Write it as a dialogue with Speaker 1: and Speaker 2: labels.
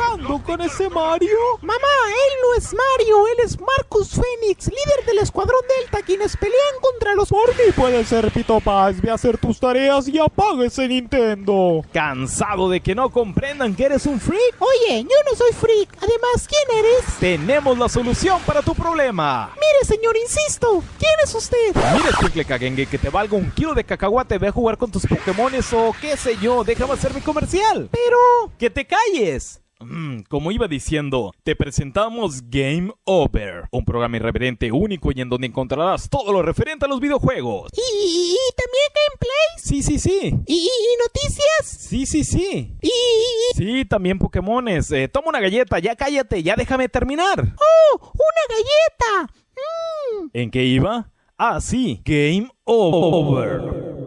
Speaker 1: pasando con ese Mario?
Speaker 2: Mamá, él no es Mario, él es Marcus Phoenix, líder del Escuadrón Delta, quienes pelean contra los...
Speaker 1: Por mí puede ser, Pito Paz. Ve a hacer tus tareas y apaga ese Nintendo.
Speaker 3: ¿Cansado de que no comprendan que eres un freak?
Speaker 2: Oye, yo no soy freak. Además, ¿quién eres?
Speaker 3: Tenemos la solución para tu problema.
Speaker 2: Mire, señor, insisto, ¿quién es usted?
Speaker 3: Mire, Chicle Kagenge, que te valga un kilo de cacahuate, ve a jugar con tus Pokémones o qué sé yo, déjame hacer mi comercial.
Speaker 2: Pero...
Speaker 3: ¡Que te calles! Mm, como iba diciendo, te presentamos Game Over, un programa irreverente único y en donde encontrarás todo lo referente a los videojuegos.
Speaker 2: ¿Y, y- y también gameplays?
Speaker 3: Sí, sí, sí.
Speaker 2: ¿Y, y- y noticias?
Speaker 3: Sí, sí, sí.
Speaker 2: ¿Y, y- y-
Speaker 3: Sí, también Pokémones. Eh, toma una galleta, ya cállate, ya déjame terminar.
Speaker 2: oh, una galleta? Mm.
Speaker 3: ¿En qué iba? Ah, sí, Game Over.